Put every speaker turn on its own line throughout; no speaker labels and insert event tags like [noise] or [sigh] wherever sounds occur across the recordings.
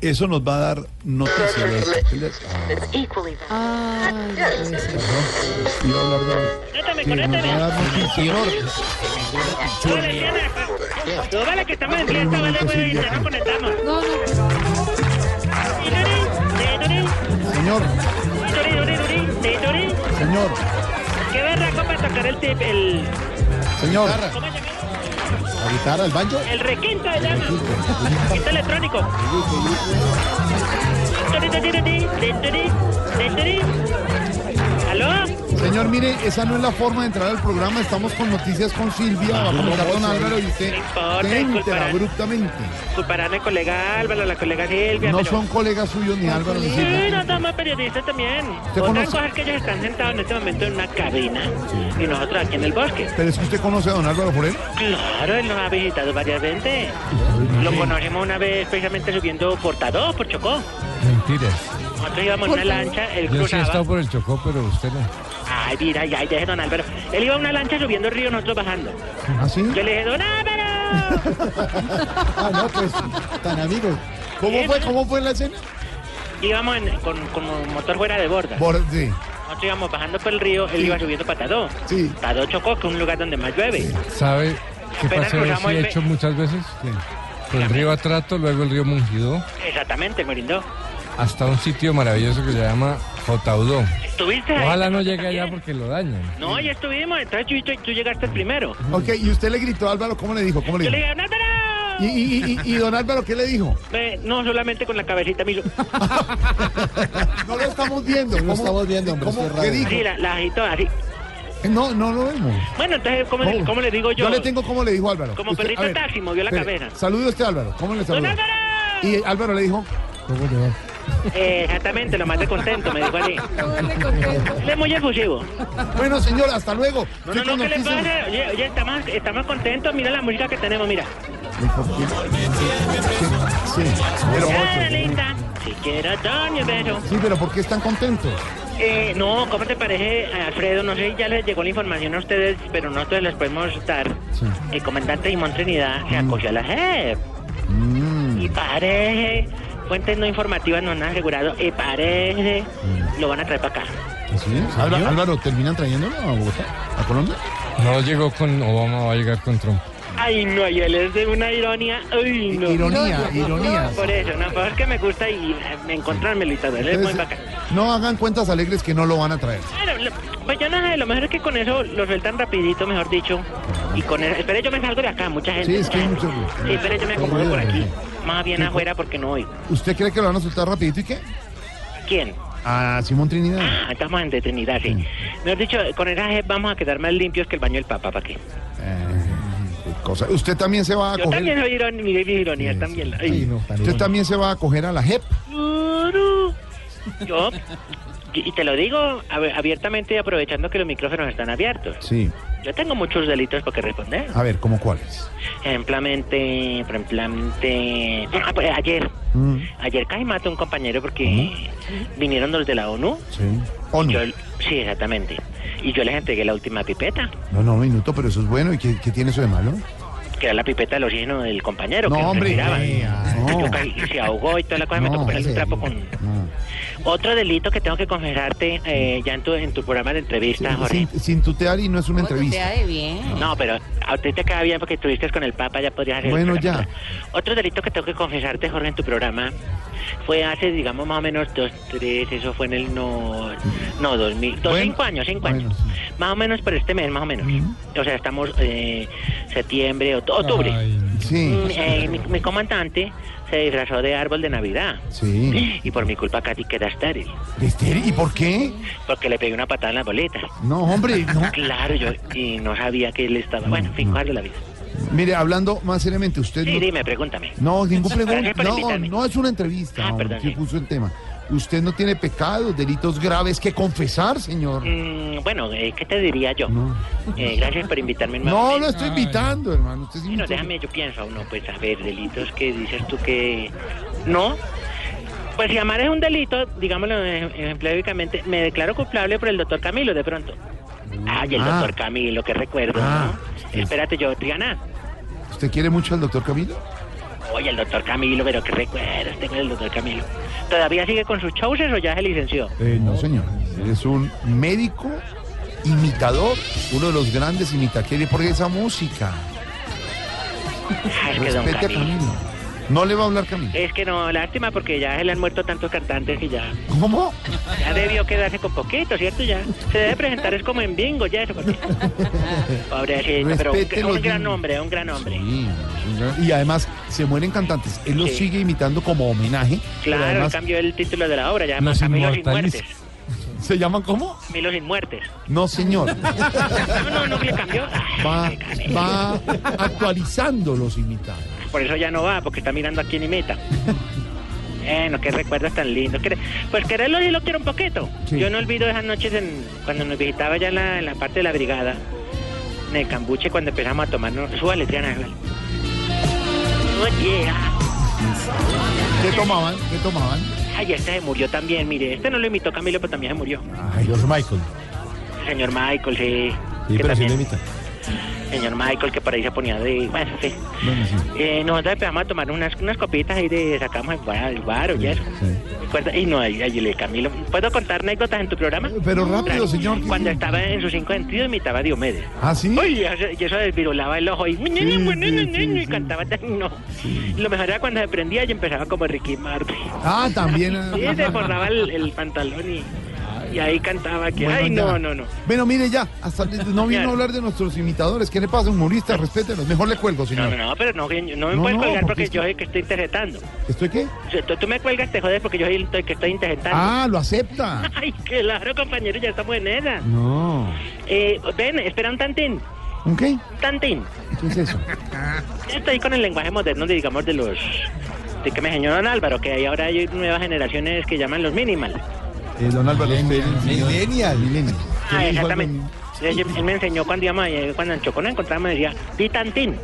Eso nos va a dar noticias.
It's equally valid.
Ah, Iba a hablar Gaby.
Conéctame,
Que nos va a
conéctame.
dar noticias.
Súbale, Diana. No vale que estamos en fiesta, vale, güey, y ya nos
No,
conectamos.
no,
Dori,
Señor,
dori, dori, dori, dori, dori.
señor,
Qué berraco para tocar el tip, el...
señor.
¿Cómo se llama?
¿La guitarra, el banjo?
El requinto de llama. Requinto electrónico. Dori, dori, dori, dori, dori, dori, dori. ¿Aló?
Señor, mire, esa no es la forma de entrar al programa. Estamos con noticias con Silvia. Va a comentar don Álvaro y usted
No importa,
se entera
disculparán.
abruptamente.
Disculparán al colega Álvaro, a la colega Silvia,
No
pero-
son colegas suyos ni Álvaro ni
Sí,
Silvia.
nos damos periodistas también.
¿Usted
Otra
conoce?
cosa es que ellos están sentados en este momento en una cabina y nosotros aquí en el bosque.
Pero es que usted conoce a don Álvaro por él.
Claro, él nos ha visitado varias veces. Lo conocimos una vez precisamente subiendo por Tadó, por Chocó.
Mentiras.
Nosotros íbamos en una lancha, él
Yo sí he
cruzaba.
estado por el Chocó, pero usted no.
Ay, mira, ya, ya, don Álvaro. Él iba en una lancha subiendo el río, nosotros bajando.
¿Ah, sí?
Yo le dije,
[laughs]
don Álvaro.
Ah, no, pues, tan amigos. ¿Cómo fue, cómo fue la escena?
íbamos en- con, con un motor fuera de borda.
Por, sí.
Nosotros íbamos bajando por el río, él iba subiendo para Tadó.
Sí.
Tadó Chocó, que es un lugar donde más llueve.
¿Sabe qué
Apenas
paseo
cruzamos
sí he
el-
hecho muchas veces? Por el río Atrato, luego el río Mungidó,
Exactamente, Morindo.
hasta un sitio maravilloso que se llama Jotaudó.
¿Estuviste ahí?
Ojalá no llegue allá
También.
porque lo dañan.
No, ya estuvimos, entonces tú, tú- tú llegaste primero.
Ok, y usted le gritó a Álvaro, ¿cómo le dijo? ¿Cómo le
Yo le
dijo?
dije, ¡No,
¿Y, y, y, y don Álvaro qué le dijo?
no, solamente con la cabecita,
[laughs]
me hizo-
No lo estamos viendo. No lo estamos viendo, hombre. ¿Qué dijo?
Así, la, la agitó, así.
No, no lo vemos.
Bueno, entonces, ¿cómo, le-
No.
cómo le digo yo?
Oh, Yo le tengo como le dijo Álvaro.
Como
Usted-
perrito
a ver,
taxi, movió la
espere,
cabeza.
Salude usted a Álvaro. ¿Cómo le
¡Don
saluda?
Álvaro!
Y Álvaro le dijo, ¿cómo le va?
Eh, exactamente, lo más de contento, me dijo así. Le muy efusivo.
Bueno, señor, hasta luego.
No,
Estoy
no,
con
no, ¿qué le
noticias.
pasa? Oye, oye, estamos, estamos contentos, mira la música que tenemos, mira.
Sí, pero,
Ah, linda. Si quiero, Antonio, beso.
sí, pero ¿por qué están contentos?
Eh, no, ¿cómo te parece, Alfredo? No sé si ya les llegó la información a ustedes, pero nosotros les podemos dar. El comandante Simón Trinidad se
Mm.
acogió a la JEP. Y parece, fuentes no informativas no han asegurado, y parece,
Mm.
lo van a traer para acá.
Pues Álvaro, Álvaro, ¿terminan trayéndolo a Bogotá? ¿A Colombia?
No llegó con Obama, va a llegar con Trump.
Ay, no, y él es de una ironía. Ay, no.
Ironía, ironía.
Por eso, no, por eso es que me gusta y eh, encontrármelo y todo, él es muy
Entonces,
bacán.
no hagan cuentas alegres que no lo van a traer.
Bueno, lo- pues yo no sé, lo mejor es que con eso lo sueltan rapidito, mejor dicho. Y con eso, espere, yo me salgo de acá, mucha gente.
Sí, es que hay
mucha
mucho
gente.
ruido.
Sí, espere, yo me acomodo
ruido,
por aquí.
ruido.
Más bien afuera porque no oigo.
¿Usted cree que lo van a soltar rapidito y qué?
¿Quién?
A Simón Trinidad.
Ah, estamos en Trinidad, sí. Mejor dicho, con esa gente vamos a quedar más limpios que el baño del papá, ¿para qué?
Eh, qué cosa. ¿Usted también se va a
Yo
Ah, coger?
también soy irónico, mire mi ironía también. la-
Ay, no, ¿Usted también se va a coger a la E JEP?
Claro. Yo, y y te lo digo a ver, abiertamente y aprovechando que los micrófonos están abiertos.
Sí.
Yo tengo muchos delitos por qué responder.
A ver, ¿cómo cuáles?
Ejemplamente, por ejemplamente... Ah, pues, ayer,
Mm,
ayer casi maté a un compañero porque vinieron los de la ONU.
sí. ¿O no?
Yo, sí, exactamente. Y yo les entregué la última pipeta,
No, no, minuto, pero eso es bueno. ¿Y qué, qué tiene eso de malo?
que era la pipeta del oxígeno del compañero. que
No, hombre.
respiraba.
eh, ah,
Yo
no.
caí- y se ahogó y toda la cosa, me
No, Ah,
tocó poner un
ese-
trapo con...
no.
Otro delito que tengo que confesarte eh, ya en tu, en tu programa de entrevista, Jorge.
Sin, sin tutear y no es una entrevista.
de bien.
No, pero a usted te queda bien porque estuviste con el Papa, ya podrías hacer el
Bueno,
programa.
ya.
Otro delito que tengo que confesarte, Jorge, en tu programa fue hace, digamos, más o menos dos, tres, eso fue en el no, no, dos mil, dos,
Bueno,
cinco años, cinco
bueno,
años. Más o menos por este mes, más o menos. O sea, estamos eh, septiembre, oct- octubre.
Ay,
Sí,
Mm, eh, mi, mi comandante se disfrazó de árbol de Navidad.
sí.
Y por mi culpa casi queda estéril,
Estéril, ¿Y por qué?
porque le pegué una patada en la boleta. [laughs]
No, hombre, no.
Claro, yo y no sabía que él estaba. Bueno, en fin, guarda la vida.
Mire, hablando más seriamente, usted
Sí,
no...
dime, pregúntame.
No, ningún pregunta.
Gracias por
No,
invitarme.
no es una entrevista.
Ah,
no,
perdón,
que
sí.
puso el tema. Usted no tiene pecados, delitos graves que confesar, señor.
Mm, bueno, eh, ¿qué te diría yo? Eh, gracias por invitarme
No
nuevamente.
lo estoy invitando, hermano. Usted sí
Bueno,
me-
déjame, yo pienso, no, pues a ver, delitos que dices tú que no. Pues si amar es un delito, digámoslo eh, ejemplíficamente, me declaro culpable por el doctor Camilo, de pronto. Ay, el
Ah.
doctor Camilo, que recuerdo,
Ah,
¿no?
sí.
Espérate, yo, Triana.
¿Usted quiere mucho al doctor Camilo?
Oye, el doctor Camilo, pero qué recuerdos tengo del doctor Camilo. ¿Todavía sigue con sus shows o ya se licenció?
Eh, no, señor. Es un médico imitador, uno de los grandes imitadores, porque esa música.
Ay, es que don
Respete a
Camilo. Eh,
Camilo. No le va a hablar Camilo.
Es que no, lástima, porque ya se le han muerto tantos cantantes y ya... [laughs]
¿Cómo?
Ya debió quedarse con poquito, ¿cierto? Ya se debe presentar, es como en bingo, ya
[laughs]
eso. Porque... Pobrecito, pero un,
Respete
un
los
gran
bingos.
hombre, un gran hombre.
Sí, y además se mueren cantantes. Él los
Sí.
sigue imitando como homenaje. pero
Claro,
además,
cambió el título de la obra, ya
Los
Camilo sin
inmortaliza.
muertes.
¿Se llaman cómo?
Camilo sin muertes.
No,
[laughs]
señor.
No, no, no le cambió. Ay,
Va,
qué cane.
va actualizando los imitados.
Por eso ya no va, porque está mirando a quién imita. [laughs] Bueno, qué recuerdos tan lindos. Quere- Pues quererlo y lo quiero un poquito.
Sí.
Yo no olvido esas noches en, cuando nos visitaba ya en la, en la parte de la brigada, en el cambuche, cuando empezamos a tomarnos. Súbale, Triana, súbale. Oye, ah,
¿Qué tomaban? ¿Qué tomaban?
ay, este se murió también, mire. Este no lo imitó Camilo, pero también se murió.
Ay, George Michael.
El señor Michael, sí. que también- Señor Michael, que por ahí se ponía de. Bueno, sí.
Bueno, sí.
Eh, nosotros empezamos a tomar unas, unas copitas ahí de sacamos el bar, el bar o ya eso. Recuerda- Pues, Y no, ahí, ahí le Camilo. ¿Puedo contar anécdotas en tu programa?
Pero rápido,
Claro.
señor. que-
Cuando estaba en sus cinco sentidos imitaba a Diomedes.
¿Ah, sí?
Uy, y eso- y eso desvirulaba el ojo y,
sí, sí,
y cantaba tan- no. Lo mejor era cuando se prendía y empezaba como Ricky Martin.
Ah, también.
Y
ah,
se forraba el, el pantalón y, y ahí cantaba que,
bueno,
ay,
ya.
no, no, no.
Bueno, mire ya, hasta no vino a hablar de nuestros imitadores. ¿Qué le pasa, humorista? Respétenos. Mejor le cuelgo,
No,
señor.
no, no, pero no, que- no me
No,
puedes
no,
colgar
porque
porque
es que-
yo soy el que estoy interpretando.
¿Estoy qué?
O sea, Tú, tú me cuelgas, te jodes porque yo soy el el que estoy interpretando.
Ah, lo acepta.
[laughs] Ay, claro, compañero, ya estamos en esa.
No.
Eh, ven, espera un tantín,
¿Ok?
un tantín.
¿Qué es eso?
Estoy con el lenguaje moderno, de, digamos, de los... De que me enseñó don Álvaro, que ahí ahora hay nuevas generaciones que llaman los minimal.
Eh, don Álvaro. Millennial. Millennial.
Ah, exactamente. Entonces, Él, él me enseñó cuando íbamos allá, cuando en Chocó nos encontramos, me decía, di tantín,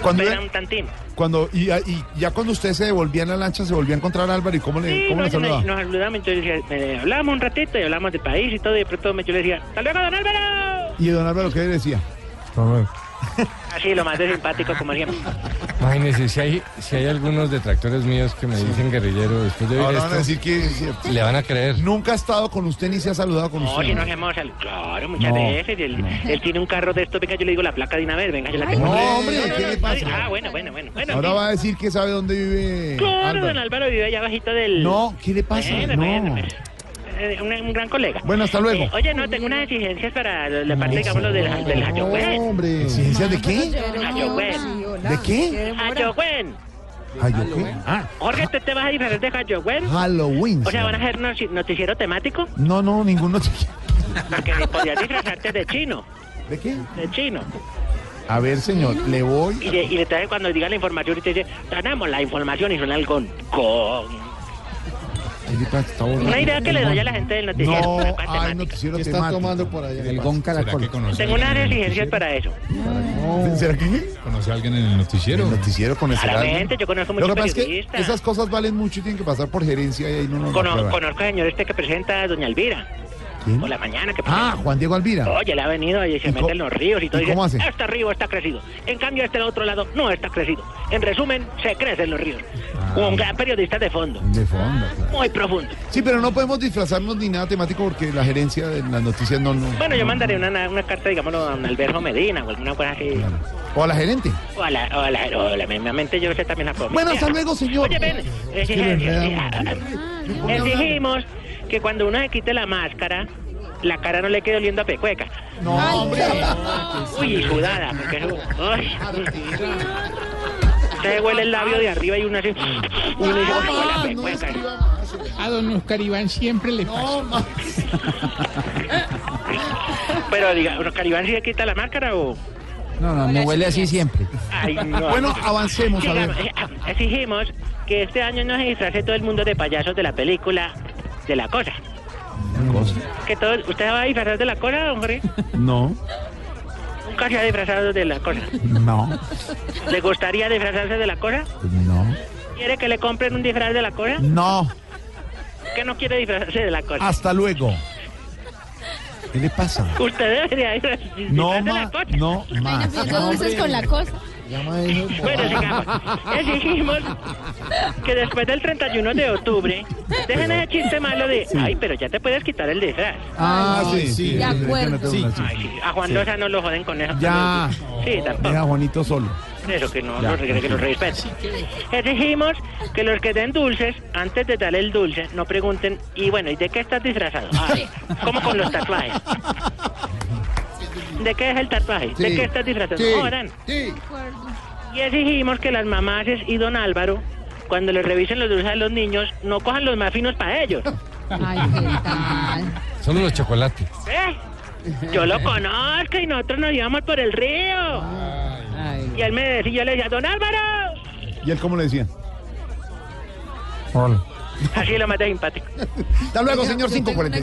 Cuando,
espera un tantín.
cuando, y, ah, y ya cuando usted se devolvía en la lancha, se volvió a encontrar a Álvaro. ¿Y cómo le,
Sí,
cómo
no,
le
yo
saludaba?
me- nos saludamos, entonces eh, eh, hablamos un ratito y hablamos del país y todo, y de pronto me- yo le decía, ¡Hasta luego, don Álvaro!
¿Y don Álvaro qué le decía?
Así, lo más de simpático como
[laughs]
siempre.
Imagínense, si hay, si hay algunos detractores míos que me dicen guerrillero después de ver
Ahora van a
esto,
decir que es cierto.
le van a creer.
Nunca ha estado con usted ni se ha saludado con
No,
usted.
"Oh, si nos hemos sal- Claro, muchas
No,
veces. Él, él tiene un carro de estos, venga, yo le digo la placa de una vez, venga, yo la tengo.
no, hombre,
no,
¿qué
no,
le
[laughs] no,
pasa?
Ah, bueno, bueno, bueno. bueno
Ahora
sí.
va a decir que sabe dónde vive.
Claro,
Álvaro.
don Álvaro vive allá abajito del...
No, ¿qué le pasa?
Bueno,
No.
bueno, bueno. Eh, un, un gran colega.
Bueno, hasta luego.
Eh, oye, no, tengo unas exigencias para la parte, digamos, lo del, del pues. Ayogüen.
hombre. ¿Exigencias de qué? ¿De qué?
Ayogüen.
Halloween. Ah,
Jorge, ¿tú te vas a disfrazar de Ayogüen?
Halloween.
O sea,
señor.
¿van a hacer noci- noticiero temático?
No, no, ninguno.
Porque podías disfrazarte de chino,
¿De qué?
de chino.
A ver, señor, le
Y,
voy.
de- y le trae cuando diga la información y te dice, tenemos la información y suena el con. con. Una idea que le doy a la gente del noticiero.
No,
para cuál
hay
temática.
noticiero temático. tomando por allá? El gon caracol.
Tengo unas exigencias para eso.
¿Será que
¿Conoce a alguien en el noticiero?
el noticiero con ese
Claramente, yo conozco
Lo
muchos
que pasa es que
periodistas.
esas cosas valen mucho y tienen que pasar por gerencia y ahí no nos
Cono-
aprueban.
conozco al señor este que presenta a doña Elvira.
¿Quién?
Por la mañana que presenta.
¿Mm? Ah, Juan Diego Alvira.
Oye, le ha venido y se
¿Y
mete
cómo-
en los ríos y todo.
y cómo hace?
Este río está crecido. En cambio, este del otro lado no está crecido. En resumen, se crece en los ríos.
Ah.
Un gran periodista de fondo.
De fondo, claro.
Muy profundo.
Sí, pero no podemos disfrazarnos ni nada temático porque la gerencia de las noticias no... no
Bueno, yo mandaré una, una carta, digámoslo, a don Alberto Medina o alguna cosa así.
O a la gerente.
O a la, o a la, o a la- mismamente yo sé también la provincia.
Bueno, hasta luego, señor.
Oye, ven. eh,
enreda
Exigimos eh, que cuando uno se quite la máscara, la cara no le quede oliendo a pecueca.
No, hombre.
Uy, sudada, porque eso. Ay. Usted huele el labio de arriba y uno así. Uno dice, "Uy, huele a pecueca".
Ah,
A don Oscar Iván siempre le pasa.
Pero diga, ¿Caribán sí le quita la máscara o.?
No, no, me huele así siempre.
Ay, no.
Bueno, avancemos, a
Sigamos.
ver.
eh, Exigimos que este año no se disfrace todo el mundo de payasos de la película de la cosa. Que todo, ¿Usted va a disfrazar de la cosa, don
[laughs]
Jorge?
No,
Nunca se ha disfrazado de la cosa.
no,
¿Le gustaría disfrazarse de la cosa?
no,
¿Quiere que le compren un disfraz de la cosa?
no.
¿Qué no quiere disfrazarse de la cosa?
Hasta luego. ¿Qué le pasa?
Usted debería disfrazarse
No
de la
más,
cosa.
no más.
Pidió dulces pues, con la cosa.
Llama a eso.
Bueno, sigamos. Exigimos que después del 31 de octubre dejen ese chiste malo de, ay, pero ya te puedes quitar el disfraz.
Ah, sí, sí.
De acuerdo.
Sí.
Ay, sí, a Juan Loza no lo joden con eso.
Ya.
Sí, tampoco.
Deja a Juanito solo.
Eso que no, no que los respeten. Exigimos que los que den dulces, antes de darle el dulce, no pregunten, y bueno, ¿y de qué estás disfrazado? Ah, ¿Cómo con los tatuajes? ¿De qué es el tatuaje? ¿De
Sí.
qué estás disfrazado?
Sí.
Jodan.
Sí.
Y exigimos que las mamases y don Álvaro, cuando les revisen los dulces a los niños, no cojan los más finos para ellos.
Ay, qué tal.
Solo los chocolates.
¿Eh? Yo lo conozco y nosotros nos íbamos por el río.
Ay,
Y él me decía, yo le decía, don Álvaro.
¿Y él cómo le decía?
Hola.
Así lo más de simpático.
Hasta luego, señor 540.